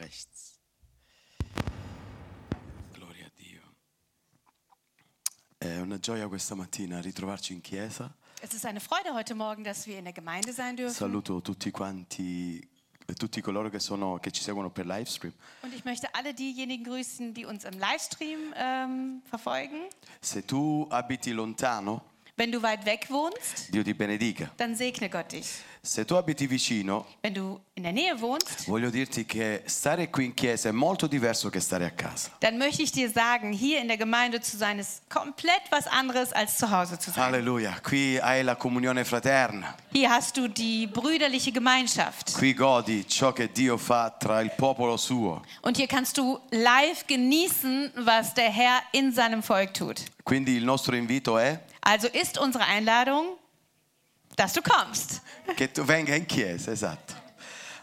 rechts. Gloria a Dio. È una gioia questa mattina ritrovarci in chiesa. Es ist eine Freude heute Morgen, dass wir in der Gemeinde sein dürfen. Saluto tutti quanti, eh, tutti coloro che, sono, che ci seguono per live stream. Und ich möchte alle diejenigen grüßen, die uns im Livestream ähm, verfolgen. Se tu abiti lontano, Wenn du weit weg wohnst, Dio ti benedica. dann segne Gott dich. Se tu abiti vicino, Wenn du in der Nähe wohnst, voglio dirti che stare qui in chiesa è molto diverso che stare a casa. dann möchte ich dir sagen, hier in der Gemeinde zu sein, ist komplett was anderes als zu Hause zu sein. Alleluia, qui hai la comunione fraterna, Hier hast du die brüderliche Gemeinschaft. qui godi ciò che Dio fa tra il popolo suo. Und hier kannst du live genießen, was der Herr in seinem Volk tut. Quindi il nostro invito è Also ist unsere Einladung, dass du kommst. che tu venga in chiesa, esatto.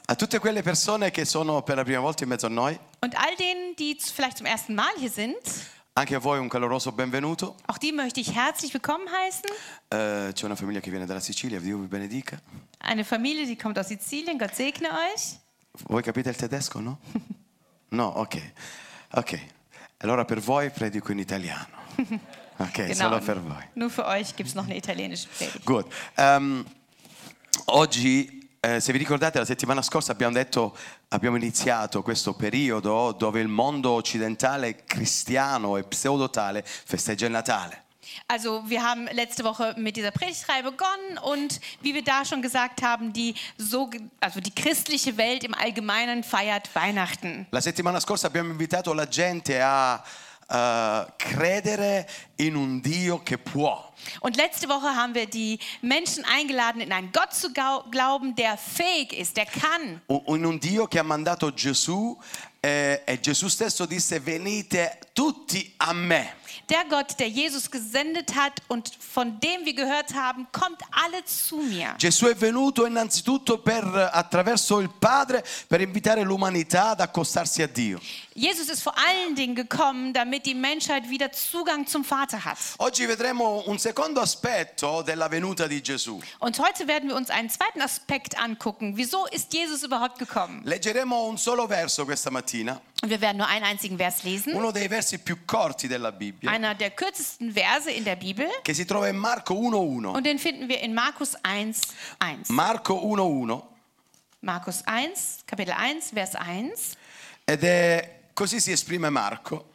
A tutte quelle persone che sono per la prima volta in mezzo a noi, Und all denen, die z- vielleicht zum ersten Mal hier sind, anche a voi un caloroso benvenuto. auch die möchte ich herzlich willkommen heißen. Eh, c'è una famiglia che viene dalla Sicilia, Dio vi benedica. Eine Familie, die kommt aus Sizilien, Gott segne euch. Voi capite il tedesco, no? No, ok. Ok. Allora per voi predico in italiano. Ok, solo per voi. Genau. Nur für euch gibt es noch eine italienische Predigt. Good. Ehm, oggi, eh, se vi ricordate, la settimana scorsa abbiamo detto, abbiamo iniziato questo periodo dove il mondo occidentale cristiano e pseudotale festeggia il Natale. Also wir haben letzte Woche mit dieser Predigtreihe begonnen und wie wir da schon gesagt haben, die, so, also die christliche Welt im Allgemeinen feiert Weihnachten. La settimana scorsa abbiamo invitato la gente a eh, credere in un Dio che può. Und letzte Woche haben wir die Menschen eingeladen, in einen Gott zu gau- glauben, der fähig ist, der kann. u- in un Dio che ha mandato Gesù eh, e Gesù stesso disse venite tutti a me. Der Gott, der Jesus gesendet hat und von dem wir gehört haben, kommt alle zu mir. Gesù è venuto innanzitutto per, attraverso il Padre per invitare l'umanità ad accostarsi a Dio. Jesus ist vor allen Dingen gekommen, damit die Menschheit wieder Zugang zum Vater hat. Oggi vedremo un secondo aspetto della venuta di Gesù. Und heute werden wir uns einen zweiten Aspekt angucken. Wieso ist Jesus überhaupt gekommen? Leggeremo un solo verso questa mattina, Und wir werden nur einen einzigen Vers lesen, uno dei versi più corti della Bibbia, einer der kürzesten Verse in der Bibel. che si trova in Marco 1.1. Und den finden wir in Markus 1, 1. Marco 1.1 Markus 1, Kapitel 1, Vers 1. Ed è così si esprime Marco.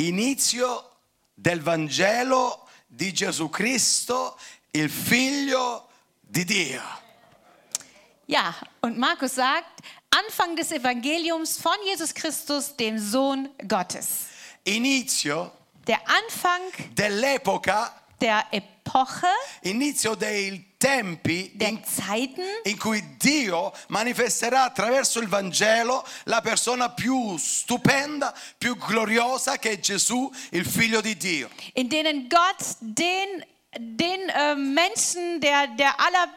Inizio del Vangelo di Gesù Cristo, il figlio di Dio. Ja, und Markus sagt, Anfang des Evangeliums von Jesus Christus, dem Sohn Gottes. Inizio Der Anfang dell'epoca, der Epoche, inizio dei tempi in, der Zeiten, in cui Dio manifesterà attraverso il Vangelo la persona più stupenda, più gloriosa che è Gesù, il figlio di Dio. in denen Gott den, den äh, Menschen, der, der aller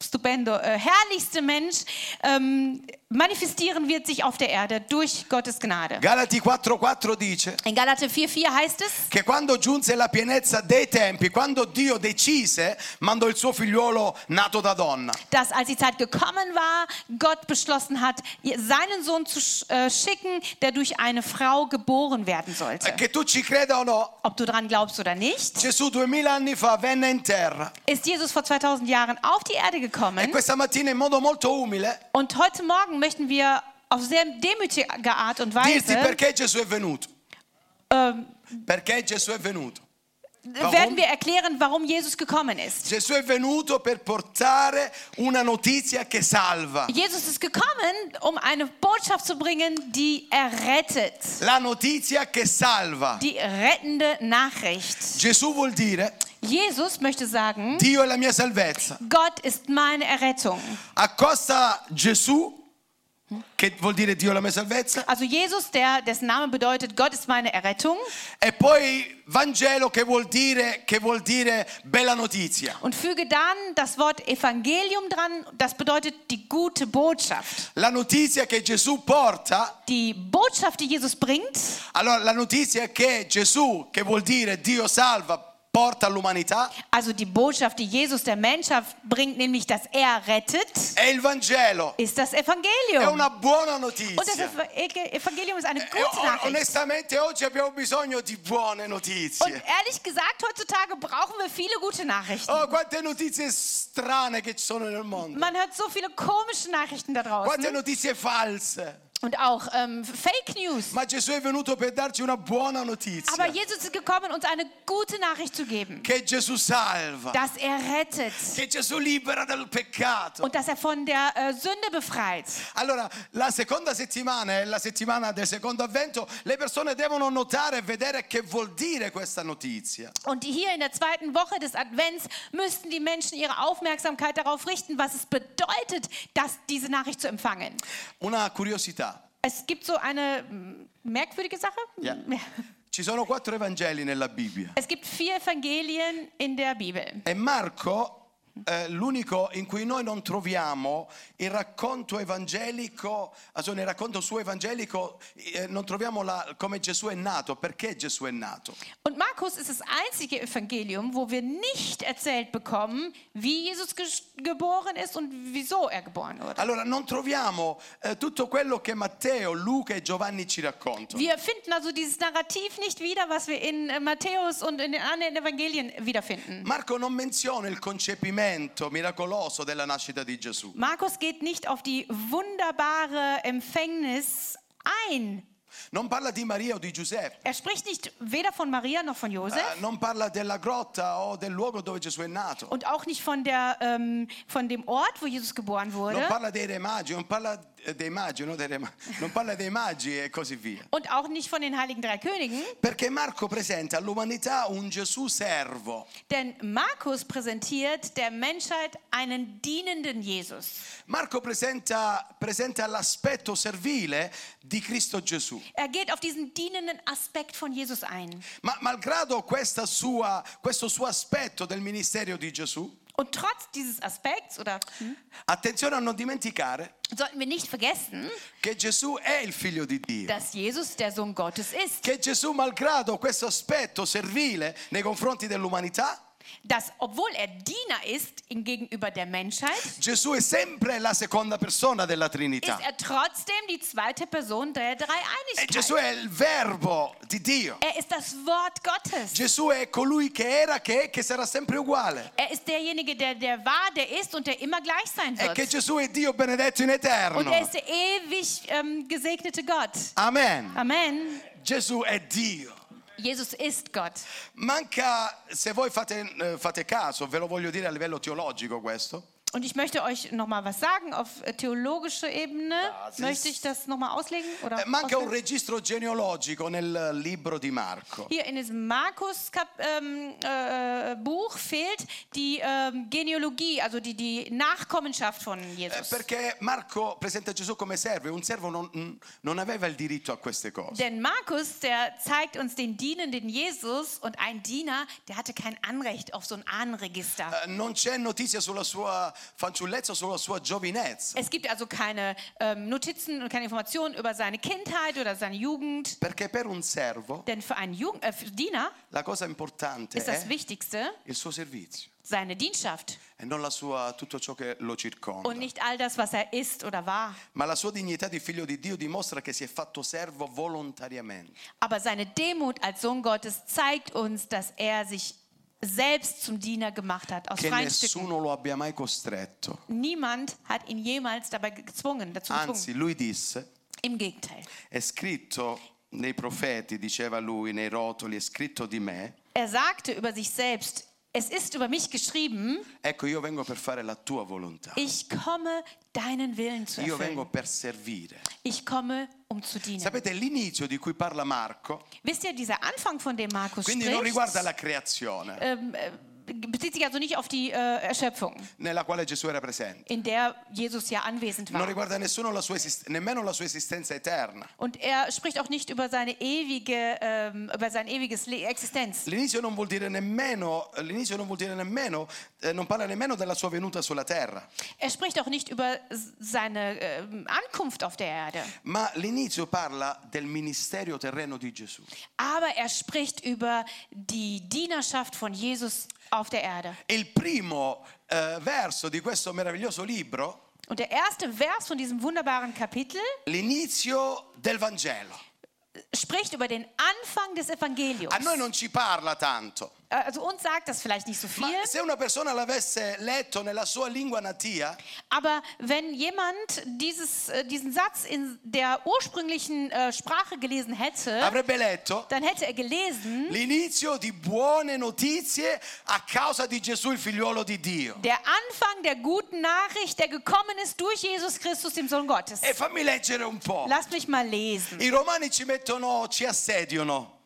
stupendo, äh, herrlichste Mensch ähm, manifestieren wird sich auf der Erde durch Gottes Gnade. Galati 4:4 dice In Galater 4,4 heißt es, che quando giunse la pienezza dei tempi, quando Dio decise, mandò il suo figliuolo nato da donna. dass als die Zeit gekommen war, Gott beschlossen hat, seinen Sohn zu sch äh, schicken, der durch eine Frau geboren werden sollte. Che tu ci creda o no, Ob du dran glaubst oder nicht, Gesù duemila anni fa venne in terra ist Jesus vor 2000 Jahren auf die Erde e gekommen questa mattina in modo molto umile und heute Morgen möchten wir auf sehr demütige Art und Weise dirti perché Gesù è venuto. ähm, Perché Gesù è venuto. werden wir erklären, warum Jesus gekommen ist. Gesù è venuto per portare una notizia che salva. Jesus ist gekommen, um eine Botschaft zu bringen, die errettet, La notizia che salva. die rettende Nachricht. Gesù vuol dire Jesus möchte sagen, Dio è la mia salvezza. Gott ist meine Errettung. Accosta Gesù, che vuol dire Dio è la mia salvezza, Also Jesus, der, dessen Name bedeutet, Gott ist meine Errettung. E poi Vangelo che vuol dire, che vuol dire bella notizia. Und füge dann das Wort Evangelium dran, das bedeutet die gute Botschaft. La notizia che Gesù porta, Die Botschaft, die Jesus bringt, allora la notizia che Gesù, che vuol dire Dio salva, Also die Botschaft, die Jesus der Menschheit bringt, nämlich, dass er rettet, è il Vangelo. ist das È Evangelium. una buona Und das notizia. Ev- Evangelium ist eine E gute o- Nachricht. onestamente oggi abbiamo bisogno di buone Und notizie. ehrlich gesagt, heutzutage brauchen wir viele gute Nachrichten. Oh, quante notizie strane che ci sono nel mondo. Man hört so viele komische Nachrichten da Quante draußen. notizie false. Und auch ähm, Fake News. Ma Gesù è venuto per darci una buona notizia. Aber Jesus ist gekommen, uns eine gute Nachricht zu geben. Che Gesù salva. Dass er rettet. Che Gesù libera dal peccato. Und dass er von der äh, Sünde befreit. Allora, la seconda settimana è la settimana del secondo avvento. Le persone devono notare e vedere che vuol dire questa notizia. Und hier in der zweiten Woche des Advents müssten die Menschen ihre Aufmerksamkeit darauf richten, was es bedeutet, dass diese Nachricht zu empfangen. Una curiosità. Es gibt so eine mm, merkwürdige Sache. Ja. Ci sono quattro Evangeli nella Bibbia. Es gibt vier Evangelien in der Bibel. E Marco è l'unico in cui noi non troviamo il racconto evangelico, also nel racconto suo evangelico eh, non troviamo la- come Gesù è nato, perché Gesù è nato. Und Markus ist das einzige Evangelium, wo wir nicht erzählt bekommen, wie Jesus ges- geboren ist und wieso er geboren wurde. Allora non troviamo eh, tutto quello che Matteo, Luca e Giovanni ci raccontano. Wir finden also dieses Narrativ nicht wieder, was wir in äh, Matthäus und in den anderen Evangelien wiederfinden. Marco non menziona il concepimento miracoloso della nascita di Gesù. Markus geht nicht auf die wunderbare Empfängnis ein. Non parla di Maria o di Giuseppe. Er spricht nicht weder von Maria noch von Josef Eh, non parla della grotta o del luogo dove Gesù è nato. und auch nicht von, der, ähm, von dem Ort, wo Jesus geboren Non wurde. parla dei re magi, non parla eh, dei magi, no, dei re ma- non parla dei magi e così via. Und auch nicht von den heiligen drei Königen, Perché Marco presenta all'umanità un Gesù servo. denn Markus präsentiert der Menschheit einen dienenden Jesus. Marco presenta, presenta l'aspetto servile di Cristo Gesù. Er geht auf diesen dienenden Aspekt von Jesus ein. Ma malgrado questa sua- questo suo aspetto del ministero di Gesù, Und trotz dieses Aspekts, oder hm, attenzione a non dimenticare sollten wir nicht vergessen, che Gesù è il figlio di Dio. dass Jesus der Sohn Gottes ist. Che Gesù, malgrado questo aspetto servile nei confronti dell'umanità, dass obwohl er Diener ist im gegenüber der Menschheit, Gesù è sempre la seconda persona della Trinità. ist er trotzdem die zweite Person der E Gesù Dreieinigkeit. è il verbo di Dio. Er ist das Wort Gottes. Gesù è colui che era, che è, che sarà sempre uguale. Er ist derjenige, der, der war, der ist und der immer gleich sein E che wird. Gesù è Dio benedetto in Und er eterno. ist der ewig ähm, gesegnete Gott. Amen. Amen. Gesù è Dio. Jesus ist Gott. Manca, se voi fate, eh, fate caso, ve lo voglio dire a livello teologico questo, Und ich möchte euch noch mal was sagen auf äh, theologischer Ebene. Basis. Möchte ich das noch mal auslegen oder? eh, manca un ausführen? registro genealogico nel libro di Marco. Hier in diesem Markus-Buch ähm, äh, Buch fehlt die ähm, Genealogie, also die, die Nachkommenschaft von Eh, Jesus. Perché Marco presenta Gesù come servo e un servo non, non aveva il diritto a queste cose. Denn Markus, der zeigt uns den dienenden Jesus und ein Diener, der hatte kein Anrecht auf so ein Ahnenregister. Eh, Non c'è notizia sulla sua fanciullezza, sulla sua giovinezza. Es gibt also keine ähm, Notizen und keine Informationen über seine Kindheit oder seine Jugend. Perché per un servo Denn für einen Jugend, äh, für Diener la cosa importante ist das è Wichtigste il suo servizio seine Dientschaft e non la sua, tutto ciò che lo circonda. und nicht all das, was er ist oder war. Ma la sua dignità di figlio di Dio dimostra che si è fatto servo volontariamente. Aber seine Demut als Sohn Gottes zeigt uns, dass er sich selbst zum Diener gemacht hat, aus Che freien Stücken. nessuno lo abbia mai costretto. Niemand hat ihn jemals dabei gezwungen, dazu gezwungen. Anzi, lui disse, Im Gegenteil. è scritto nei profeti, diceva lui, nei rotoli, è scritto di me, Er sagte über sich selbst, es ist über mich geschrieben, ecco io vengo per fare la tua volontà. ich komme, deinen Willen zu Io erfüllen. vengo per servire. Ich komme, um zu dienen. Sapete, l'inizio di cui parla Marco, Wisst ihr, dieser Anfang, von dem Markus quindi non riguarda spricht, la creazione, ähm, äh, bezieht sich also nicht auf die äh, Erschöpfung, nella quale Gesù era presente. in der Jesus ja anwesend Non war. riguarda nessuno la sua esist- nemmeno la sua esistenza eterna. Und er spricht auch nicht über seine ewige, ähm, über sein ewiges Le Existenz. L'inizio non vuol dire nemmeno, l'inizio non vuol dire nemmeno, eh, non parla nemmeno della sua venuta sulla terra, Er spricht auch nicht über s- seine ähm, Ankunft auf der Erde. ma l'inizio parla del ministero terreno di Gesù. Aber er spricht über die Dienerschaft von Jesus auf der Erde. Il primo eh, verso di questo meraviglioso libro, Und der erste Vers von diesem wunderbaren Kapitel l'inizio del Vangelo. spricht über den Anfang des Evangeliums. A noi non ci parla tanto, Also uns sagt das vielleicht nicht so viel, ma se una persona l'avesse letto nella sua lingua natia, Eh? aber wenn jemand dieses, äh, diesen Satz in der ursprünglichen äh, Sprache gelesen hätte, avrebbe letto dann hätte er gelesen, l'inizio di buone notizie a causa di Gesù il figliuolo di Dio. der Anfang der guten Nachricht, der gekommen ist durch Jesus Christus, dem Sohn Gottes. E fammi leggere un po'. Lass mich mal lesen. I romani ci mettono, ci assediano,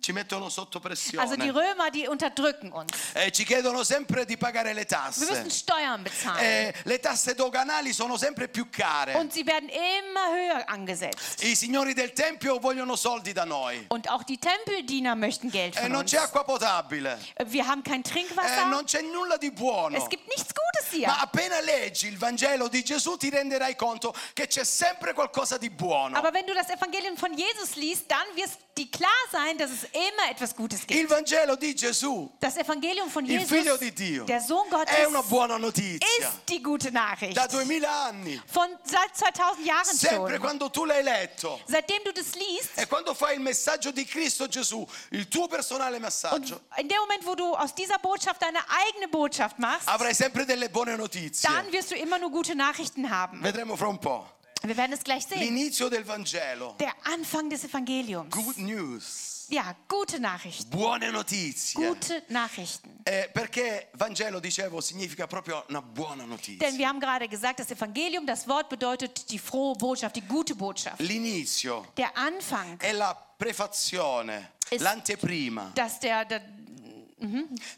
ci mettono sotto pressione. Also die Römer, die unterdrücken uns. Eh, ci chiedono sempre di pagare le Wir müssen tasse. Steuern bezahlen. Eh, le tasse doganali sono sempre più care. Und sie werden immer höher angesetzt. I signori del tempio vogliono soldi da noi. Und auch die Tempeldiener möchten Geld E von non uns. c'è acqua potabile. Wir haben kein Eh, Trinkwasser. non c'è nulla di buono. Es gibt nichts Gutes hier. Ma appena leggi il Vangelo di Gesù ti renderai conto che c'è sempre qualcosa di buono. Aber wenn du das Evangelium von Jesus liest, dann wirst dir klar sein, dass es immer etwas Gutes Il gibt. Vangelo di Gesù, Das Evangelium von il figlio di Jesus, Dio, der Sohn è una Gottes, buona notizia. ist die gute Nachricht. Da 2000 anni. Von seit 2000 Jahren Sempre schon. quando tu l'hai letto Seitdem du das liest e quando fai il messaggio di Cristo Gesù, il tuo personale und messaggio, in dem Moment, wo du aus dieser Botschaft deine eigene Botschaft machst, avrai sempre delle buone notizie. dann wirst du immer nur gute Nachrichten haben. Vedremo fra un po'. Wir werden es gleich sehen. L'inizio del Vangelo. Der Anfang des Evangeliums. Good news. Ja, gute Nachrichten. Buone notizie. Gute Nachrichten. Eh, perché Vangelo, dicevo, significa proprio una buona Denn notizia. wir haben gerade gesagt, das Evangelium, das Wort bedeutet die frohe Botschaft, die gute Botschaft. L'inizio Der Anfang, è la prefazione, Es- l'anteprima dass der, der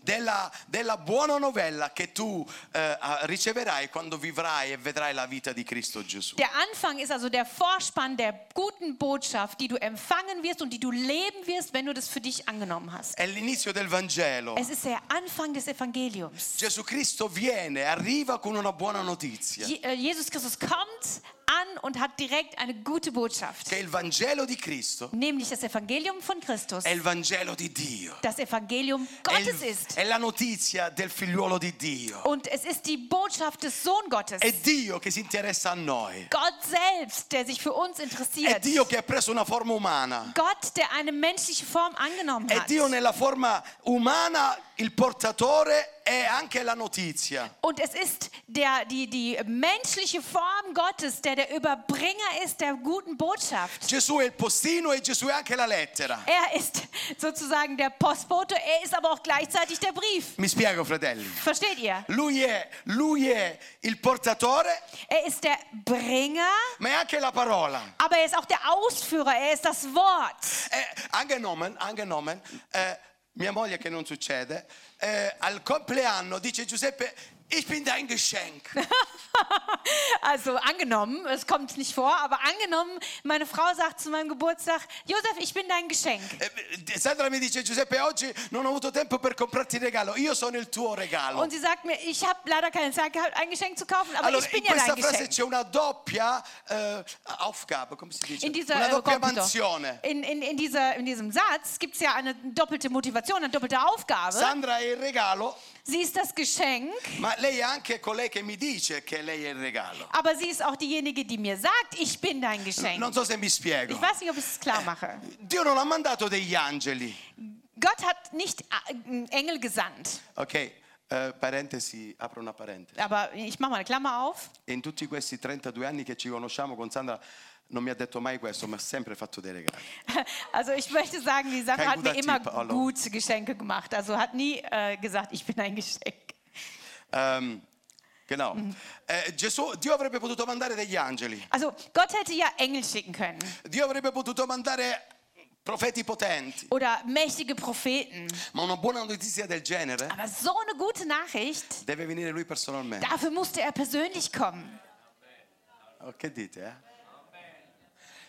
della, della buona novella che tu eh, riceverai quando vivrai e vedrai la vita di Cristo Gesù. der Anfang ist also der Vorspann der guten Botschaft, die du empfangen wirst und die du leben wirst, wenn du das für dich angenommen hast. È l'inizio del Vangelo. Es ist der Anfang des Evangeliums. Gesù Cristo viene, arriva con una buona notizia, Je, äh, Jesus Christus kommt an und hat direkt eine gute Botschaft, che il Vangelo di Cristo nämlich das Evangelium von Christus, è il Vangelo di Dio. das Evangelium È, il- Gottes ist. è la notizia del figliuolo di Dio. Und es ist die Botschaft des Sohn Gottes. È Dio che si interessa a noi. Gott selbst, der sich für uns È interessiert. Dio che ha preso una forma umana. Gott, der eine menschliche Form angenommen È hat. Dio nella forma umana il portatore e anche la notizia. Und es ist der, die, die menschliche Form Gottes, der der Überbringer ist der guten Botschaft. Gesù è il postino e Gesù è anche la lettera. Er ist sozusagen der Postbote, er ist aber auch gleichzeitig der Brief. Mi spiego, fratelli. Versteht ihr? Lui è, lui è il portatore, Er ist der Bringer, ma è anche la parola. aber er ist auch der Ausführer, er ist das Wort. Eh, Angenomen, Angenomen, eh, mia moglie che non succede, eh, al compleanno dice Giuseppe, ich bin dein Geschenk. Also angenommen, es kommt nicht vor, aber angenommen, meine Frau sagt zu meinem Geburtstag, Josef, ich bin dein Geschenk. Eh, Sandra mi dice Giuseppe, oggi non ho avuto tempo per comprarti il regalo, io sono il tuo regalo. Und sie sagt mir, ich habe leider keine Zeit gehabt, ein Geschenk zu kaufen, aber allora, ich in bin ja questa dein frase Geschenk. c'è una doppia eh, Aufgabe, come si dice? In dieser, una äh, doppia Computer. mansione. in, in, in, dieser, in diesem Satz gibt es ja eine doppelte Motivation, eine doppelte Aufgabe. Sandra è il regalo, sie ist das Geschenk, ma lei è anche colei che mi dice che lei è il regalo. aber sie ist auch diejenige, die mir sagt, ich bin dein Geschenk. Non so se mi ich spiego. weiß nicht, ob ich es klar Äh, mache. Dio non ha mandato degli angeli. Gott hat nicht äh, Engel gesandt, Ok, eh, parentesi, apro una parentesi. aber ich mache mal eine Klammer auf. In tutti questi 32 anni che ci conosciamo con Sandra non mi ha detto mai questo, ma ha sempre fatto dei regali. Also ich möchte sagen, die Sandra Kein hat mir guter immer Typ, hallo. gute Geschenke gemacht. Also hat nie äh, gesagt, ich bin ein Geschenk. Ehm, genau. Eh, Gesù, Dio avrebbe potuto mandare degli angeli, Also Gott hätte ja Engel schicken können. Dio avrebbe potuto mandare profeti potenti. oder mächtige Propheten. Ma una buona notizia del genere Aber so eine gute Nachricht, deve venire lui personalmente. dafür musste er persönlich kommen. Oh, che dite, eh?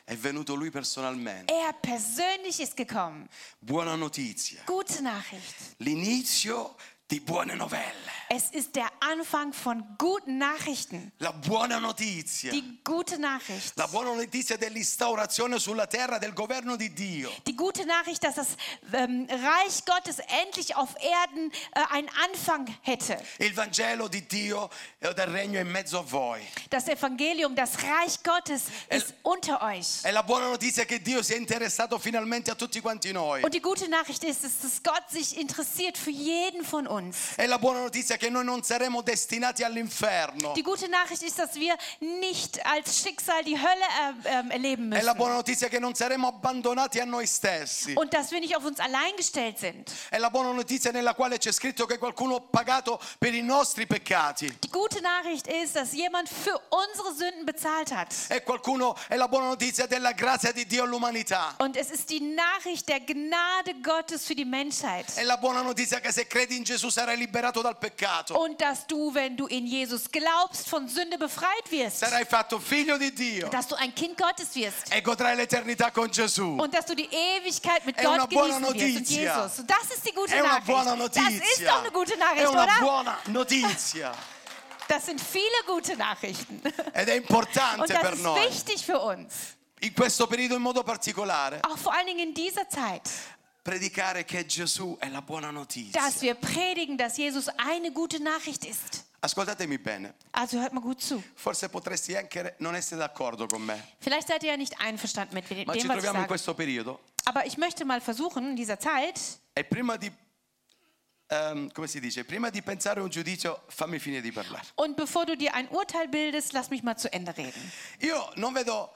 È venuto lui personalmente. Er persönlich ist gekommen. Buona notizia. Gute Nachricht. L'inizio di buone novelle. Es ist der Anfang von guten Nachrichten. La buona notizia. Die gute Nachricht. La buona notizia dell'instaurazione sulla terra del governo di Dio. Die gute Nachricht, dass das ähm, Reich Gottes endlich auf Erden äh, einen Anfang hätte. Il Vangelo di Dio e del regno è in mezzo a voi. Das Evangelium, das Reich Gottes ist El- unter euch. È la buona notizia che Dio si è interessato finalmente a tutti quanti noi. Und die gute Nachricht ist, dass dass Gott sich interessiert für jeden von uns. È la buona notizia che noi non saremo destinati all'inferno. Die gute Nachricht ist, dass wir nicht als Schicksal die Hölle äh, ähm, erleben È la müssen. buona notizia che non saremo abbandonati a noi stessi. Und dass wir nicht auf uns allein gestellt sind. È la buona notizia nella quale c'è scritto che qualcuno ha pagato per i nostri peccati. Die gute Nachricht ist, dass jemand für unsere Sünden bezahlt hat. E qualcuno è la buona notizia della grazia di Dio all'umanità. Und es ist die Nachricht der Gnade Gottes für die Menschheit. È la buona notizia che se credi in Gesù sarai liberato dal peccato. Und dass du, wenn du in Jesus glaubst, von Sünde befreit wirst. Sarai fatto figlio di Dio Dass du ein Kind Gottes wirst. e godrai l'eternità con Gesù. Und dass du die Ewigkeit mit È una Gott buona genießen wirst und notizia. Jesus. Und das ist die gute È una Nachricht. buona Das ist notizia. doch eine gute È Nachricht, una oder? buona notizia. Das sind viele gute Nachrichten. Ed è Und importante das per ist noi. wichtig für uns. In questo periodo in modo particolare, Auch vor allen Dingen in dieser Zeit. predicare che Gesù è la buona notizia. Dass wir predigen, dass Jesus eine gute Nachricht ist. Ascoltatemi bene, Also hört mal gut zu. forse potresti anche re- non essere d'accordo con me, Vielleicht seid ihr ja nicht einverstanden mit dem, ma ci was ich troviamo in sage. questo periodo Aber ich möchte mal versuchen, in dieser Zeit, e prima di, ehm, come si dice, prima di pensare a un giudizio, fammi finire di parlare. und bevor du dir ein Urteil bildest, lass mich mal zu Ende reden. Io non vedo,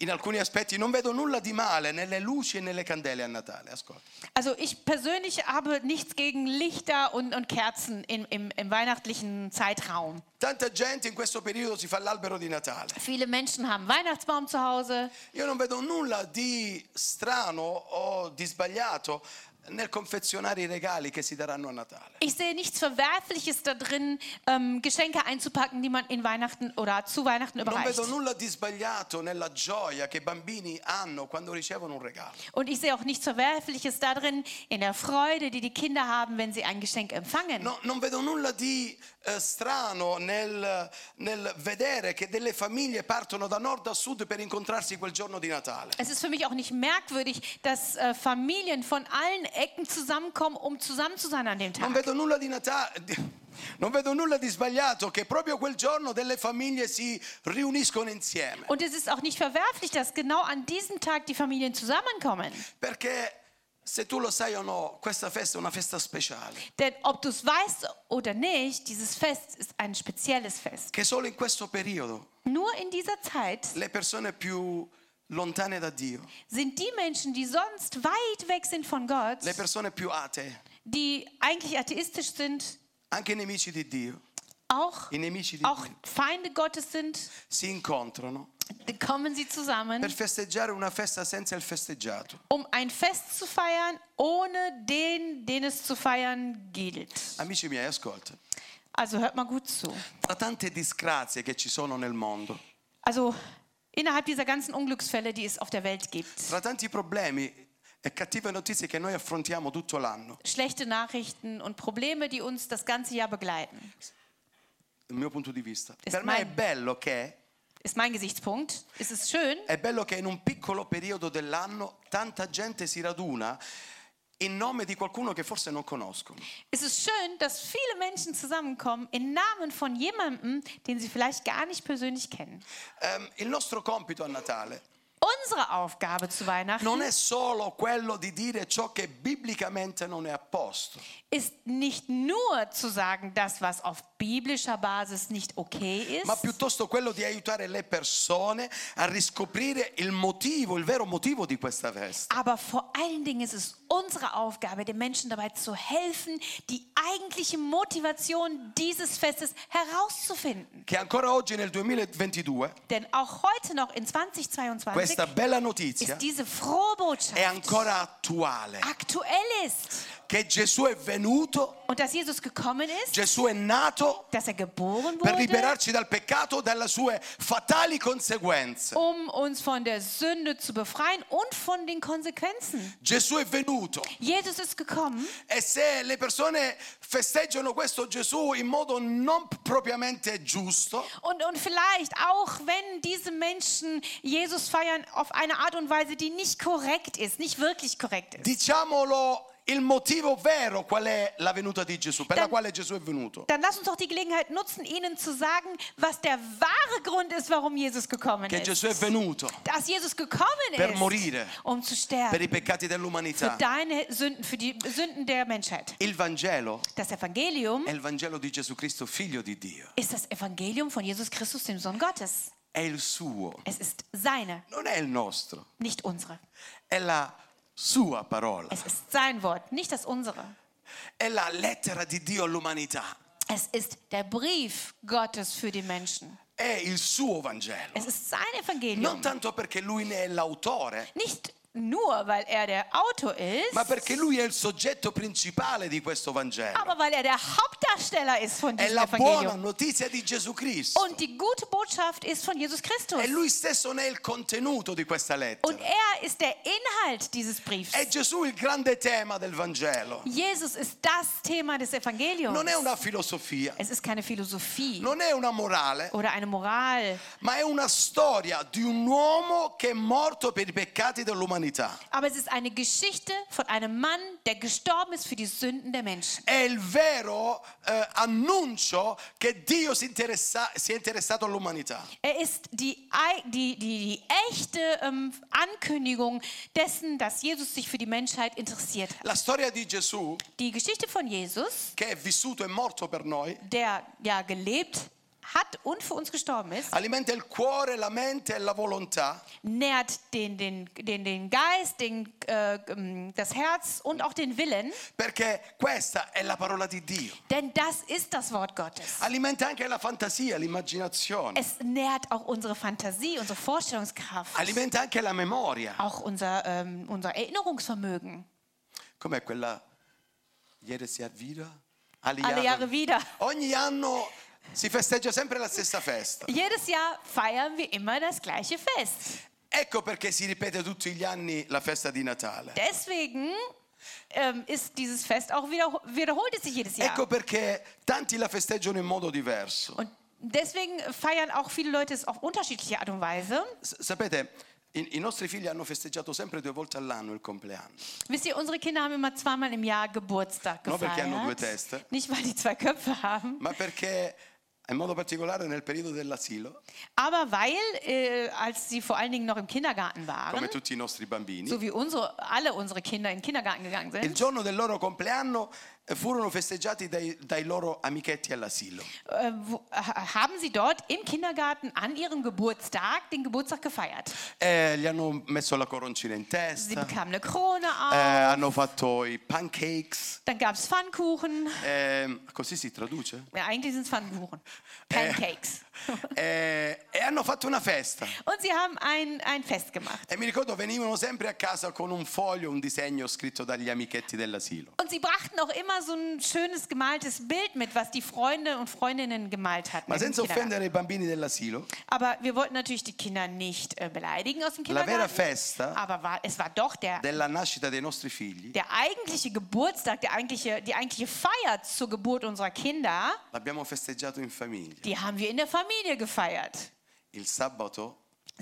in alcuni aspetti, non vedo nulla di male nelle luci e nelle candele a Natale, ascolta. Also ich persönlich habe nichts gegen Lichter und, und Kerzen im, im, im weihnachtlichen Zeitraum. Tanta gente in questo periodo si fa l'albero di Natale. Viele Menschen haben Weihnachtsbaum zu Hause. Io non vedo nulla di strano o di sbagliato nel confezionare i regali che si daranno a Natale. Ich sehe nichts Verwerfliches da drin, ähm, Geschenke einzupacken, die man in Weihnachten oder zu Weihnachten Non überreicht. vedo nulla di sbagliato nella gioia che i bambini hanno quando ricevono un regalo. Und ich sehe auch nichts Verwerfliches da drin, in der Freude, die die Kinder haben, wenn sie ein Geschenk empfangen. No, non vedo nulla di eh, strano nel, nel vedere che delle famiglie partono da nord a sud per incontrarsi quel giorno di Natale. Es ist für mich auch nicht merkwürdig, dass äh, Familien von allen Ecken zusammenkommen, um zusammen zu sein an dem Non Tag. vedo nulla di Natale. di- Non vedo nulla di sbagliato che proprio quel giorno delle famiglie si riuniscono insieme. Und es ist auch nicht verwerflich, dass genau an diesem Tag die Familien zusammenkommen. Perché se tu lo sai o no, questa festa è una festa speciale, Denn ob du es weißt oder nicht, dieses Fest ist ein spezielles Fest. che solo in questo periodo Nur in dieser Zeit le persone più lontane da Dio, sind die Menschen, die sonst weit weg sind von Gott, le persone più atee, die eigentlich atheistisch sind, anche i nemici di Dio, auch, i nemici di auch Dio, Feinde Gottes sind, si incontrano dann kommen sie zusammen, per festeggiare una festa senza il festeggiato. um ein Fest zu feiern, ohne den, den es zu feiern gilt. Amici miei, ascolta, Also hört mal gut zu. tra tante disgrazie che ci sono nel mondo, Also innerhalb dieser ganzen Unglücksfälle, die es auf der Welt gibt. tra tanti problemi e cattive notizie che noi affrontiamo tutto l'anno, schlechte Nachrichten und Probleme, die uns das ganze Jahr begleiten. dal mio punto di vista, It's per me è mine. bello che Ist mein Gesichtspunkt. Ist es schön, È bello che in un piccolo periodo dell'anno tanta gente si raduna in nome di qualcuno che forse non conoscono. ist es schön, dass viele Menschen zusammenkommen im Namen von jemandem, den sie vielleicht gar nicht persönlich kennen. Ehm, il nostro compito a Natale Unsere Aufgabe zu Weihnachten non è solo quello di dire ciò che biblicamente non è a posto, ist nicht nur zu sagen, das, was auf biblischer Basis nicht okay ma ist, piuttosto quello di aiutare le persone a riscoprire il motivo, il vero motivo di questa festa. aber vor allen Dingen ist es unsere Aufgabe, den Menschen dabei zu helfen, die eigentliche Motivation dieses Festes herauszufinden. Che ancora oggi nel 2022 Denn auch heute noch in 2022 questa bella notizia ist diese frohe Botschaft è ancora attuale, aktuell ist che Gesù è venuto, und dass Jesus gekommen ist, Gesù è nato dass er geboren per wurde, liberarci dal peccato, dalle sue fatali conseguenze. um uns von der Sünde zu befreien und von den Konsequenzen. Gesù è venuto Jesus ist gekommen e se le persone festeggiano questo Gesù in modo non propriamente giusto, und, und vielleicht auch, wenn diese Menschen Jesus feiern auf eine Art und Weise, die nicht korrekt ist, nicht wirklich korrekt ist. diciamolo il motivo vero qual è la venuta di Gesù, per la Dan- quale Gesù è venuto. Dann lass uns doch die Gelegenheit nutzen, ihnen zu sagen, was der wahre Grund ist, warum Jesus gekommen Che ist. Gesù è venuto dass Jesus gekommen Per ist, morire. um zu per sterben i peccati für dell'umanità. deine Sünden, für die Sünden der Menschheit. Il Vangelo Das Evangelium è il Vangelo di Gesù Cristo, figlio di Dio. ist das Evangelium von Jesus Christus, dem Sohn Gottes. È il suo, Es ist seine, non è il nostro, nicht unsere. è la sua parola, Es ist sein Wort, nicht das unsere. è la lettera di Dio all'umanità, Es ist der Brief Gottes für die Menschen. è il suo Vangelo. Es ist sein Evangelium. Non tanto perché lui ne è l'autore, Nicht nur, weil er der Autor ma ist, perché lui è il soggetto principale di questo Vangelo. aber weil er der Hauptdarsteller ist von È diesem la buona Evangelium. notizia di Gesù Cristo. Und die gute Botschaft ist von Jesus Christus. E lui stesso ne è il contenuto di questa Und lettera. er ist der Inhalt dieses Briefs. È Gesù il grande tema del Vangelo. Jesus ist das Thema des Evangeliums. Non è una filosofia, Es ist keine Philosophie non è una morale, oder eine Moral, ma è una storia di un uomo che è morto per i peccati dell'umanità. aber es ist eine Geschichte von einem Mann, der gestorben ist für die Sünden der Menschen. È il vero eh, annuncio che Dio si, interessa- si è interessato all'umanità. Er ist die, ei- die, die, die echte ähm, Ankündigung dessen, dass Jesus sich für die Menschheit interessiert hat. La storia di Gesù, Die Geschichte von Jesus, che è vissuto e morto per noi, der ja gelebt hat und für uns gestorben ist, alimenta il cuore, la mente e la volontà nährt den, den, den, den Geist, den, äh, ähm, das Herz und auch den Willen, perché questa è la parola di Dio. denn das ist das Wort Gottes. Alimenta anche la fantasia, l'immaginazione. Es nährt auch unsere Fantasie, unsere Vorstellungskraft, Alimenta anche la memoria. auch unser, ähm, unser Erinnerungsvermögen. Com'è quella? Ieri si avvira? Alle Alle Jahre wieder. Ogni anno si festeggia sempre la stessa festa. Jedes Jahr feiern wir immer das gleiche Fest. Ecco perché si ripete tutti gli anni la festa di Natale. Deswegen ähm, ist dieses Fest auch wieder, wiederholt es sich jedes Ecco Jahr. perché tanti la festeggiano in modo diverso. Und deswegen feiern auch viele Leute es auf unterschiedliche Art und Weise. S- sapete, i-, i nostri figli hanno festeggiato sempre due volte all'anno il compleanno. Wisst ihr, unsere Kinder haben immer zweimal im Jahr Geburtstag Nur weil gefeiert. die haben nur zwei Teste. Nicht, weil die zwei Köpfe haben, Ma perché, in modo particolare nel periodo dell'asilo, aber weil, äh, als sie vor allen Dingen noch im Kindergarten come waren, tutti i nostri bambini, so wie unsere, alle unsere Kinder in den Kindergarten gegangen il sind, giorno del loro compleanno eh, furono festeggiati dai- dai loro amichetti all'asilo. äh, wo, ha- haben sie dort im Kindergarten an ihrem Geburtstag den Geburtstag gefeiert. Eh, gli hanno messo la coroncina in Sie testa, bekamen eine Krone eh, auf, hanno fatto i pancakes, dann gab es Pfannkuchen. eh, così si traduce? Ja, eigentlich sind es Pfannkuchen. Pancakes. Eh, e hanno fatto una festa. Und sie haben ein, ein Fest gemacht. E mi ricordo venivano sempre a casa con un foglio, un disegno scritto dagli amichetti dell'asilo. Und sie brachten auch immer so ein schönes gemaltes Bild mit, was die Freunde und Freundinnen gemalt hatten. Ma im senza Kindergarten. offendere i bambini dell'asilo, Aber wir wollten natürlich die Kinder nicht äh, beleidigen aus dem la Kindergarten. vera festa aber war, es war doch der, della nascita dei nostri figli der eigentliche Geburtstag, der eigentliche, die eigentliche Feier zur Geburt unserer Kinder, l'abbiamo festeggiato in famiglia. die haben wir in der Familie gefeiert. Il sabato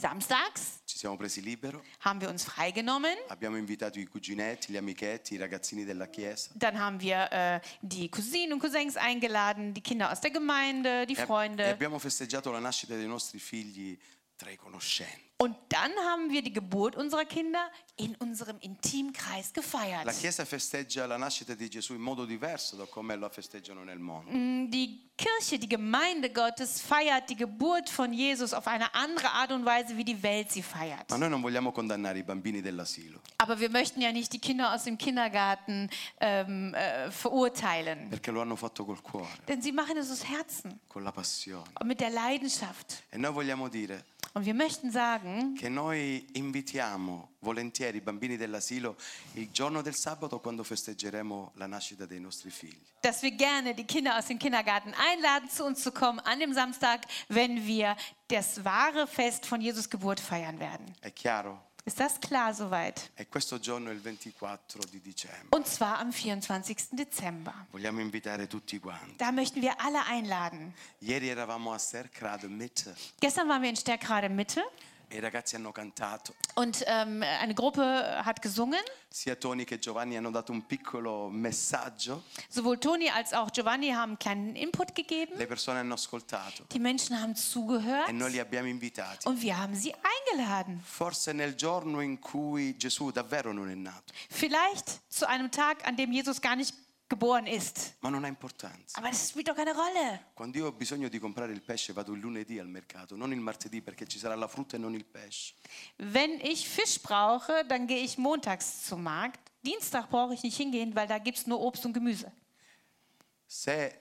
Samstags ci siamo presi libero, haben wir uns freigenommen. abbiamo invitato i cuginetti, gli amichetti, i ragazzini della chiesa. Dann haben wir äh, die Cousinen und Cousins eingeladen, die Kinder aus der Gemeinde, die E- E Freunde. abbiamo festeggiato la nascita dei nostri figli tra i conoscenti. Und dann haben wir die Geburt unserer Kinder in unserem Intimkreis gefeiert. La Chiesa festeggia la nascita di Gesù in modo diverso da come la festeggiano nel mondo. Die Kirche, die Gemeinde Gottes feiert die Geburt von Jesus auf eine andere Art und Weise, wie die Welt sie feiert. Ma noi non vogliamo condannare i bambini dell'asilo, Aber wir möchten ja nicht die Kinder aus dem Kindergarten ähm, äh, verurteilen. perché lo hanno fatto col cuore, Denn sie machen es aus Herzen con la passione. und mit der Leidenschaft. E noi vogliamo dire, Und wir möchten sagen, sagen, che noi invitiamo volentieri i bambini dell'asilo il giorno del sabato quando festeggeremo la nascita dei nostri figli. dass wir gerne die Kinder aus dem Kindergarten einladen, zu uns zu kommen an dem Samstag, wenn wir das wahre Fest von Jesus Geburt feiern werden. È chiaro? Ist das klar soweit? E questo giorno è il 24 di dicembre. Und zwar am 24. Dezember. Vogliamo invitare tutti quanti. Da möchten wir alle einladen. Ieri eravamo a Serkrade Mitte Gestern waren wir in Stärkrade Mitte e i ragazzi hanno cantato. und ähm, eine Gruppe hat gesungen. Sia Toni che Giovanni hanno dato un piccolo messaggio. Sowohl Toni als auch Giovanni haben einen kleinen Input gegeben. Le persone hanno ascoltato Die Menschen haben e zugehört noi li abbiamo invitati. und wir haben sie eingeladen. Forse nel giorno in cui Gesù davvero non è nato, Vielleicht zu einem Tag, an dem Jesus gar nicht geboren ist. ma non ha importanza. Aber das spielt doch keine Rolle. Quando io ho bisogno di comprare il pesce vado il lunedì al mercato, non il martedì perché ci sarà la frutta e non il pesce. Wenn ich Fisch brauche, dann gehe ich montags zum Markt. Dienstag brauche ich nicht hingehen, weil da gibt es nur Obst und Gemüse. Se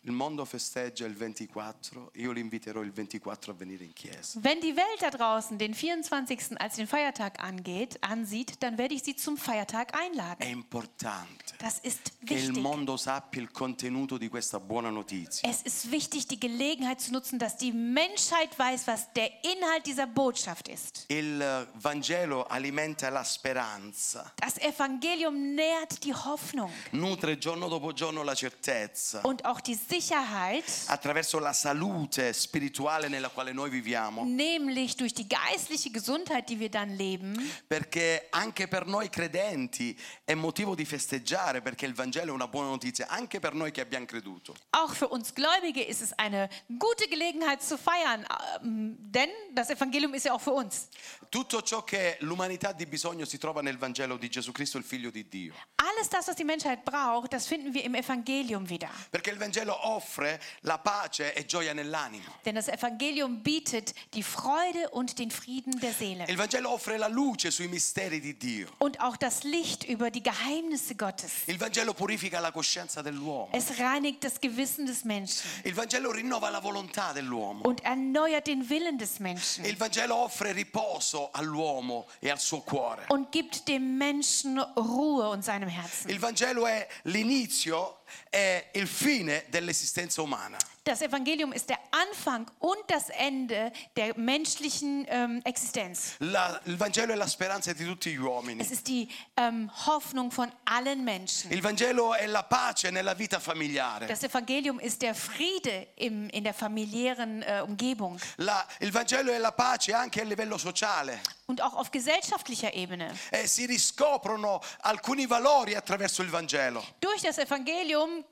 il mondo festeggia il 24, io li inviterò il 24 a venire in chiesa. Wenn die Welt da draußen den 24. als den Feiertag angeht, ansieht, dann werde ich sie zum Feiertag È einladen. importante Das ist che il wichtig. mondo sappia il contenuto di questa buona notizia. Es ist wichtig, die Gelegenheit zu nutzen, dass die Menschheit weiß, was der Inhalt dieser Botschaft ist. Il Vangelo alimenta la speranza, Das Evangelium nährt die Hoffnung nutre giorno dopo giorno la certezza. und auch die Sicherheit, Attraverso la salute spirituale nella quale noi viviamo, nämlich durch die geistliche Gesundheit, die wir dann leben. perché anche per noi credenti è motivo di festeggiare, perché il Vangelo è una buona notizia, anche per noi che abbiamo creduto. Auch für uns Gläubige ist es eine gute Gelegenheit zu feiern, ähm, denn das Evangelium ist ja auch für uns. Tutto ciò che l'umanità ha di bisogno si trova nel Vangelo di Gesù Cristo, il Figlio di Dio. Alles das, was die Menschheit braucht, das finden wir im Evangelium wieder. Perché il Vangelo offre la pace e gioia nell'anima. Denn das Evangelium bietet die Freude und den Frieden der Seele. Il Vangelo offre la luce sui misteri di Dio. Und auch das Licht über die Geheimnisse Gottes. Il Vangelo purifica la coscienza dell'uomo. Es reinigt das Gewissen des Menschen Il Vangelo rinnova la volontà dell'uomo. und erneuert den Willen des Menschen Il Vangelo offre riposo all'uomo e al suo cuore. und gibt dem Menschen Ruhe und seinem Herzen. Il Vangelo è l'inizio e il fine dell'esistenza umana. Das Evangelium ist der Anfang und das Ende der menschlichen ähm, Existenz. La- il Vangelo è la speranza di tutti gli uomini. Es ist die ähm, Hoffnung von allen Menschen. Il Vangelo è la pace nella vita familiare. Das Evangelium ist der Friede im, in der familiären äh, Umgebung La- il Vangelo è la pace anche a livello sociale. und auch auf gesellschaftlicher Ebene. E si riscoprono alcuni valori attraverso il Vangelo. Durch das Evangelium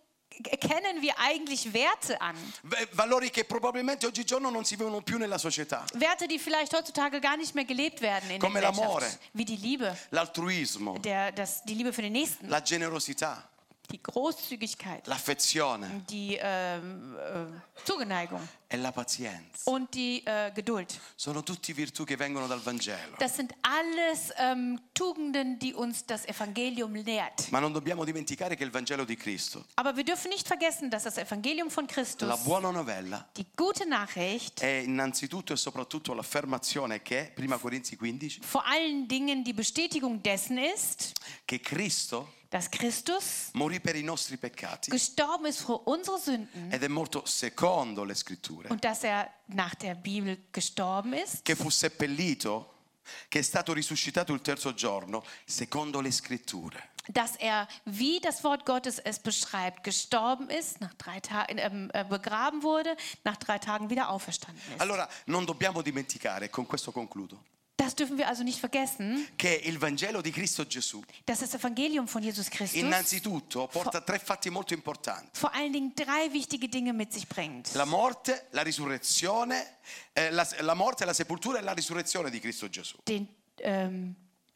erkennen wir eigentlich Werte an. V- Valori che probabilmente oggigiorno non si vedono più nella società. Werte, die vielleicht heutzutage gar nicht mehr gelebt werden in Come der l'amore. Gesellschaft. Wie die Liebe, L'altruismo, der, das, die Liebe für den Nächsten, la generosità, die Großzügigkeit, l'affezione die ähm, äh, Zugeneigung e la pazienza. und die äh, Geduld. Sono tutti virtù che vengono dal Vangelo. Das sind alles ähm, Tugenden, die uns das Evangelium lehrt. Ma non dobbiamo dimenticare che il Vangelo di Cristo, Aber wir dürfen nicht vergessen, dass das Evangelium von la Christus, buona novella, die gute Nachricht, è innanzitutto e soprattutto l'affermazione che, 1 Corinzi 15, vor allen Dingen die Bestätigung dessen ist, che Cristo dass Christus morì per i nostri peccati gestorben ist für unsere Sünden ed è morto secondo le scritture, und dass er nach der Bibel gestorben ist, che fu seppellito, che è stato risuscitato il terzo giorno, secondo le scritture. dass er, wie das Wort Gottes es beschreibt, gestorben ist, nach drei Tagen ähm, äh, begraben wurde, nach drei Tagen wieder auferstanden ist. Allora non dobbiamo dimenticare, e con questo concludo, Das dürfen wir also nicht vergessen, che il Vangelo di Cristo Gesù dass das Evangelium von Jesus Christus innanzitutto porta tre fatti molto importanti. vor allen Dingen drei wichtige Dinge mit sich bringt. La morte, la risurrezione, eh, la, la morte, la sepoltura e la risurrezione di Cristo Gesù. Den, ähm,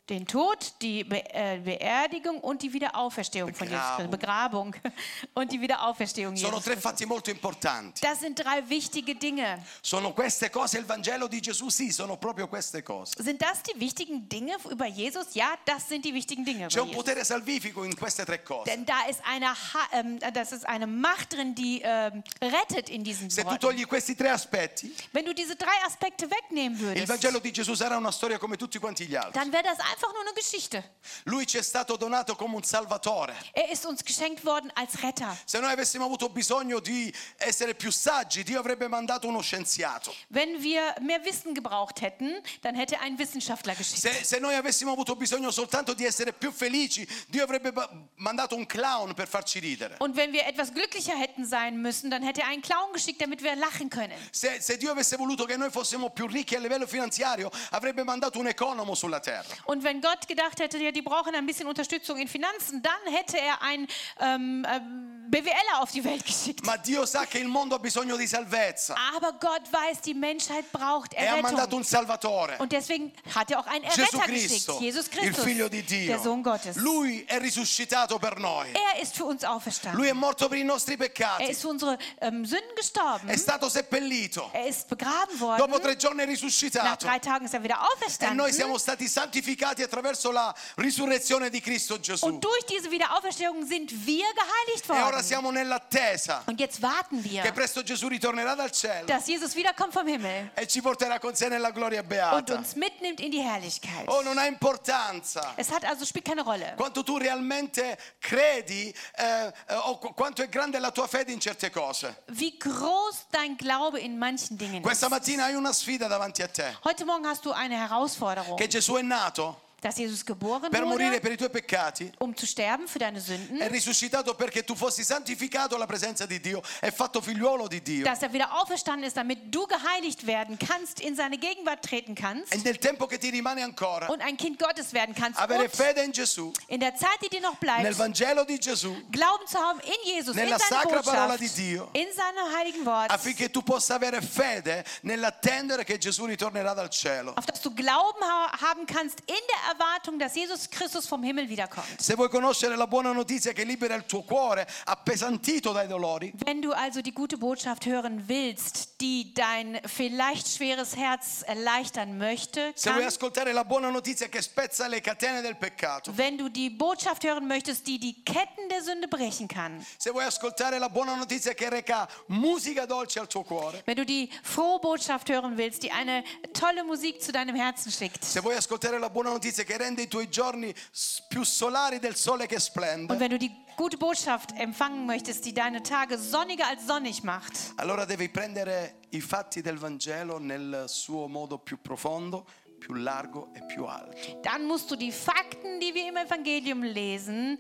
Den Tod, die Be äh, Beerdigung und die Wiederauferstehung von Jesus Christus. Begrabung und die Wiederauferstehung Sono Jesus tre Christus. fatti molto importanti. Das sind drei wichtige Dinge. Sono queste cose, il Vangelo di Gesù, sì, sono proprio queste cose. Sind das die wichtigen Dinge über Jesus? Ja, das sind die wichtigen Dinge C'è über un Jesus. potere salvifico in queste tre cose. Denn da ist eine, ha ähm, das ist eine Macht drin, die ähm, rettet in diesen Se tu Worten. togli questi tre aspetti, Wenn du diese drei Aspekte wegnehmen il würdest, Vangelo di Gesù sarà una storia come tutti quanti gli altri. dann wäre das einfach nur eine Geschichte. Lui ci è stato donato come un salvatore. Er ist uns geschenkt worden als Retter. Se noi avessimo avuto bisogno di essere più saggi, Dio avrebbe mandato uno scienziato. Wenn wir mehr Wissen gebraucht hätten, dann hätte er einen Wissenschaftler geschickt. Se, se noi avessimo avuto bisogno soltanto di essere più felici, Dio avrebbe ba- mandato un clown per farci ridere. Und wenn wir etwas glücklicher hätten sein müssen, dann hätte er einen Clown geschickt, damit wir lachen können. Se, se Dio avesse voluto che noi fossimo più ricchi a livello finanziario, avrebbe mandato un economo sulla terra. Und wenn Gott gedacht hätte, ja, die brauchen ein bisschen Unterstützung in Finanzen, dann hätte er einen ähm, ähm, BWLer auf die Welt geschickt. Ma Dio sa che il mondo ha bisogno di salvezza Aber Gott weiß, die Menschheit braucht e ha mandato Errettung. un salvatore. Und deswegen hat er auch einen Gesù Erretter geschickt, Cristo, Jesus il Christus, figlio di Dio. der Sohn Gottes. Lui è risuscitato per noi. Er ist für uns auferstanden. Lui è morto per i nostri Er peccati. ist für unsere ähm, Sünden gestorben. È stato seppellito. Er ist begraben worden. Dopo tre giorni è Nach risuscitato. drei Tagen ist er wieder E noi auferstanden. siamo stati santificati attraverso la risurrezione di Cristo Gesù. Und durch diese Wiederauferstehung sind wir geheiligt E ora worden. siamo nell'attesa Und jetzt warten che wir, presto Gesù ritornerà dal cielo dass Jesus wiederkommt vom Himmel e ci porterà con sé nella gloria und beata. uns mitnimmt in die Herrlichkeit. Oh, non ha importanza Es hat also spielt keine Rolle, quanto tu realmente credi eh, eh, o qu- quanto è grande la tua fede in certe cose. wie groß dein Glaube in manchen Dingen ist. Questa mattina hai una sfida davanti a te. Heute Morgen hast du eine Herausforderung, Che Gesù è nato dass Jesus geboren per morire wurde, per i tuoi peccati, um zu sterben für deine Sünden, è risuscitato perché tu fossi santificato alla presenza di Dio, è fatto figliuolo di Dio. dass er wieder auferstanden ist, damit du geheiligt werden kannst, in seine Gegenwart treten kannst E nel tempo che ti rimane ancora, und ein Kind Gottes werden kannst. avere Und fede in Gesù, in der Zeit, die dir noch nel bleibt, Vangelo di Gesù, Glauben zu haben in Jesus, Nella in seine sacra parola Botschaft, di Dio. in seinem heiligen Wort, affinché tu possa avere fede nell'attendere che Gesù ritornerà dal cielo. auf das du Glauben ha haben kannst in der Erwartung, dass Jesus Christus vom Himmel wiederkommt. Se vuoi conoscere la buona notizia che libera il tuo cuore, appesantito dai dolori, Wenn du also die gute Botschaft hören willst, die dein vielleicht schweres Herz erleichtern möchte, se vuoi kann, ascoltare la buona notizia che spezza le catene del peccato, wenn du die Botschaft hören möchtest, die die Ketten der Sünde brechen kann, se vuoi ascoltare la buona notizia che reca musica dolce al tuo cuore, wenn du die frohe Botschaft hören willst, die eine tolle Musik zu deinem Herzen schickt, se vuoi ascoltare la buona notizia che rende i tuoi giorni s- più solari del sole che und splende, wenn du die gute Botschaft empfangen möchtest, die deine Tage sonniger als sonnig macht, allora devi prendere i fatti del Vangelo nel suo modo più profondo, più largo e più alto. dann musst du die Fakten, die wir im Evangelium lesen,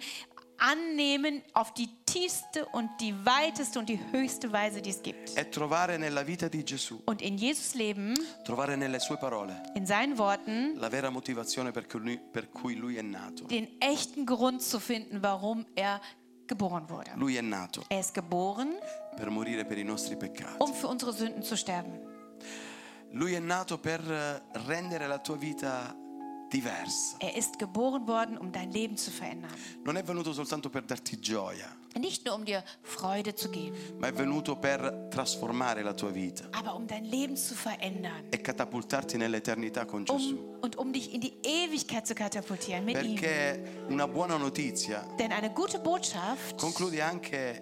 annehmen auf die tiefste und die weiteste und die höchste Weise, die es gibt. È trovare nella vita di Gesù, Und in Jesus Leben, trovare nelle sue parole in seinen Worten, la vera motivazione per cui lui, per cui lui è nato. den echten Grund zu finden, warum er geboren wurde. Lui è nato Er ist geboren, per morire per i nostri peccati. um für unsere Sünden zu sterben. Lui è nato per eh, rendere la tua vita diversa. Er ist geboren worden, um dein Leben zu verändern. Non è venuto soltanto per darti gioia, Nicht nur, um dir Freude zu geben, ma è venuto per trasformare la tua vita aber um dein Leben zu verändern. e catapultarti nell'eternità con Gesù. Um, und um dich in die Ewigkeit zu katapultieren mit ihm. Perché una buona notizia Denn eine gute Botschaft conclude anche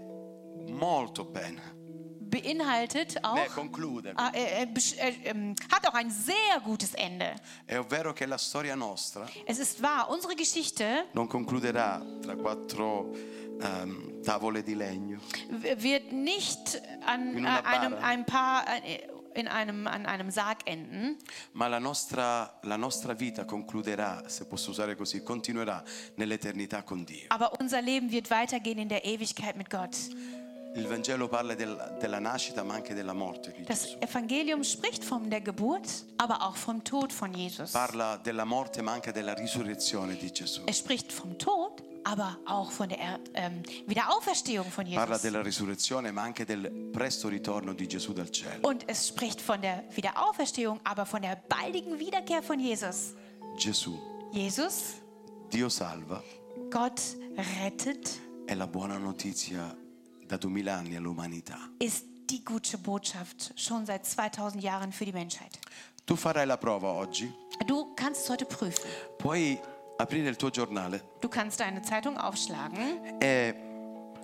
molto bene. beinhaltet auch, Beh, conclude. Ah, äh, äh, besch- äh, ähm, hat auch ein sehr gutes Ende. È ovvero che la storia nostra Es ist wahr, unsere Geschichte non concluderà tra quattro ehm, tavole di legno, w- wird nicht an, In äh, una einem, bara. ein paar, äh, in einem, an einem Sarg enden, ma la nostra, la nostra vita concluderà, se posso usare così, continuerà nell'eternità con Dio. aber unser Leben wird weitergehen in der Ewigkeit mit Gott. Il Vangelo parla del- della nascita ma anche della morte di Das Gesù. Evangelium spricht von der Geburt, aber auch vom Tod von Jesus. Parla della morte ma anche della risurrezione di Gesù. Es spricht vom Tod, aber auch von der Er- ähm, Wiederauferstehung von Parla Jesus. della risurrezione ma anche del presto ritorno di Gesù dal cielo. Und es spricht von der Wiederauferstehung, aber von der baldigen Wiederkehr von Jesus. Gesù Jesus, Dio salva Gott rettet, è la buona notizia da duemila anni all'umanità. ist die gute Botschaft schon seit 2000 Jahren für die Menschheit. Tu farai la prova oggi, Du kannst es heute prüfen. puoi aprire il tuo giornale Du kannst deine Zeitung aufschlagen e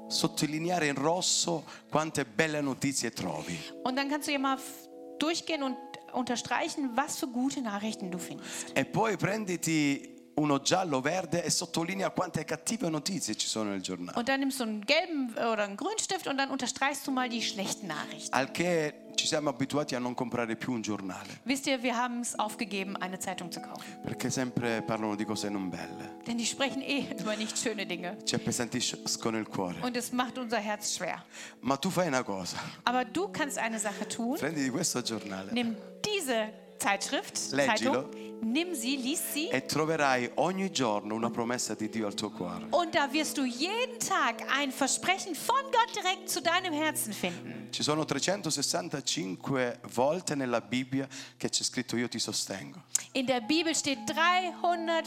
sottolineare in rosso quante belle notizie trovi. und dann kannst du ja mal f- durchgehen und unterstreichen, was für gute Nachrichten du findest. E poi prenditi uno giallo-verde e sottolinea quante cattive notizie ci sono nel giornale. Und dann nimmst du einen gelben äh, oder einen Grünstift und dann unterstreichst du mal die schlechten Nachrichten. Al che ci siamo abituati a non comprare più un giornale, Wisst ihr, wir haben es aufgegeben, eine Zeitung zu kaufen. perché sempre parlano di cose non belle. Denn die sprechen eh über nicht schöne Dinge. Ci appesantiscono il cuore. Und es macht unser Herz schwer. Ma tu fai una cosa, Aber du kannst eine Sache tun. prenditi questo giornale Nimm diese Zeitschrift, Leggilo. Zeitung, nimm sie, lies sie. e troverai ogni giorno una promessa di Dio al tuo cuore. Und da wirst du jeden Tag ein Versprechen von Gott direkt zu deinem Herzen finden. Ci sono 365 volte nella Bibbia che c'è scritto io ti sostengo. In der Bibel steht Non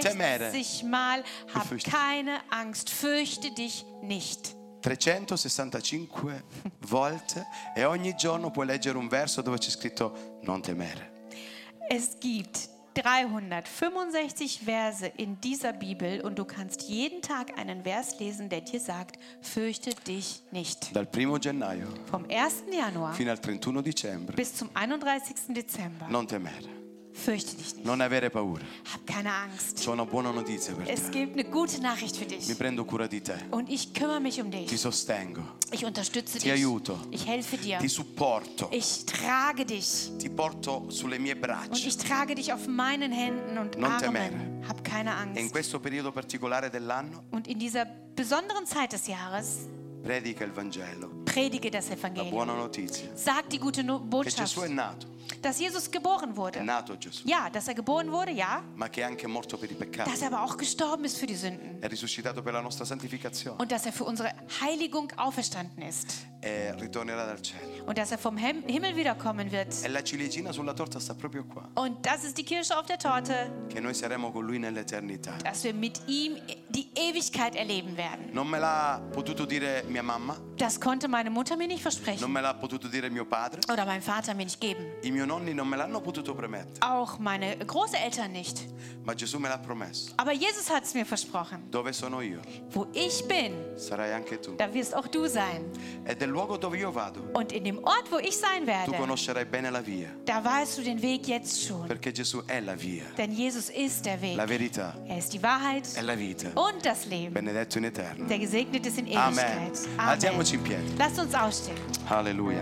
temere. 365 Mal, hab Befürchte. keine Angst, fürchte dich nicht. 365 volte e ogni giorno puoi leggere un verso dove c'è scritto non temere. Es gibt 365 Verse in dieser Bibel und du kannst jeden Tag einen Vers lesen, der dir sagt, fürchte dich nicht. Dal 1 gennaio Vom 1. Januar fino al 31 dicembre bis zum 31. Dezember. non temere, Fürchte dich nicht. non avere paura. Hab keine Angst. C'è una buona notizia per Es te. gibt eine gute Nachricht für Mi dich. prendo cura di te, Und ich kümmere mich um ti dich. sostengo, Ich unterstütze Ti dich. aiuto. Ich helfe dir. ti supporto, Ich trage dich. ti porto sulle mie Und braccia. ich trage dich auf meinen Händen und Non Armen. temere. Hab keine E in Angst. questo periodo particolare dell'anno Und in dieser besonderen Zeit des Jahres predica il Vangelo, Predige das la Evangelium. buona notizia. Sag die gute No- Che Gesù Botschaft, è nato, dass Jesus geboren è wurde. nato Gesù, Ja, dass er geboren wurde, ja. ma che è anche morto per i peccati. Dass er aber auch gestorben ist für die Sünden. è risuscitato per la nostra santificazione Und dass er für unsere Heiligung auferstanden ist. e ritornerà dal cielo. Und dass er vom Hem Himmel wiederkommen wird. E la ciliegina sulla torta sta proprio qua, Und das ist die Kirsche auf der Torte, che noi saremo con lui nell'eternità. dass wir mit ihm die Ewigkeit erleben werden. Non me l'ha potuto dire mia mamma, Das konnte meine Mutter mir nicht non versprechen. me l'ha potuto dire mio padre, Oder mein Vater mir nicht geben. i miei nonni non me l'hanno potuto promettere, Auch meine Großeltern nicht. ma Gesù me l'ha promesso. Aber Jesus hat es mir versprochen. Dove sono io, Wo ich bin, sarai anche tu. da wirst auch du sein. E del luogo dove io vado, Und in dem Ort, wo ich sein tu werde, conoscerai bene la via, da weißt du den Weg jetzt schon. perché Gesù è la via, Denn Jesus ist der la Weg. verità Er ist die Wahrheit è la vita, und das Leben. benedetto in eterno. Der gesegnet ist in Amen. Ewigkeit. Alziamoci in piedi. Lasst uns ausstehen. Alleluia.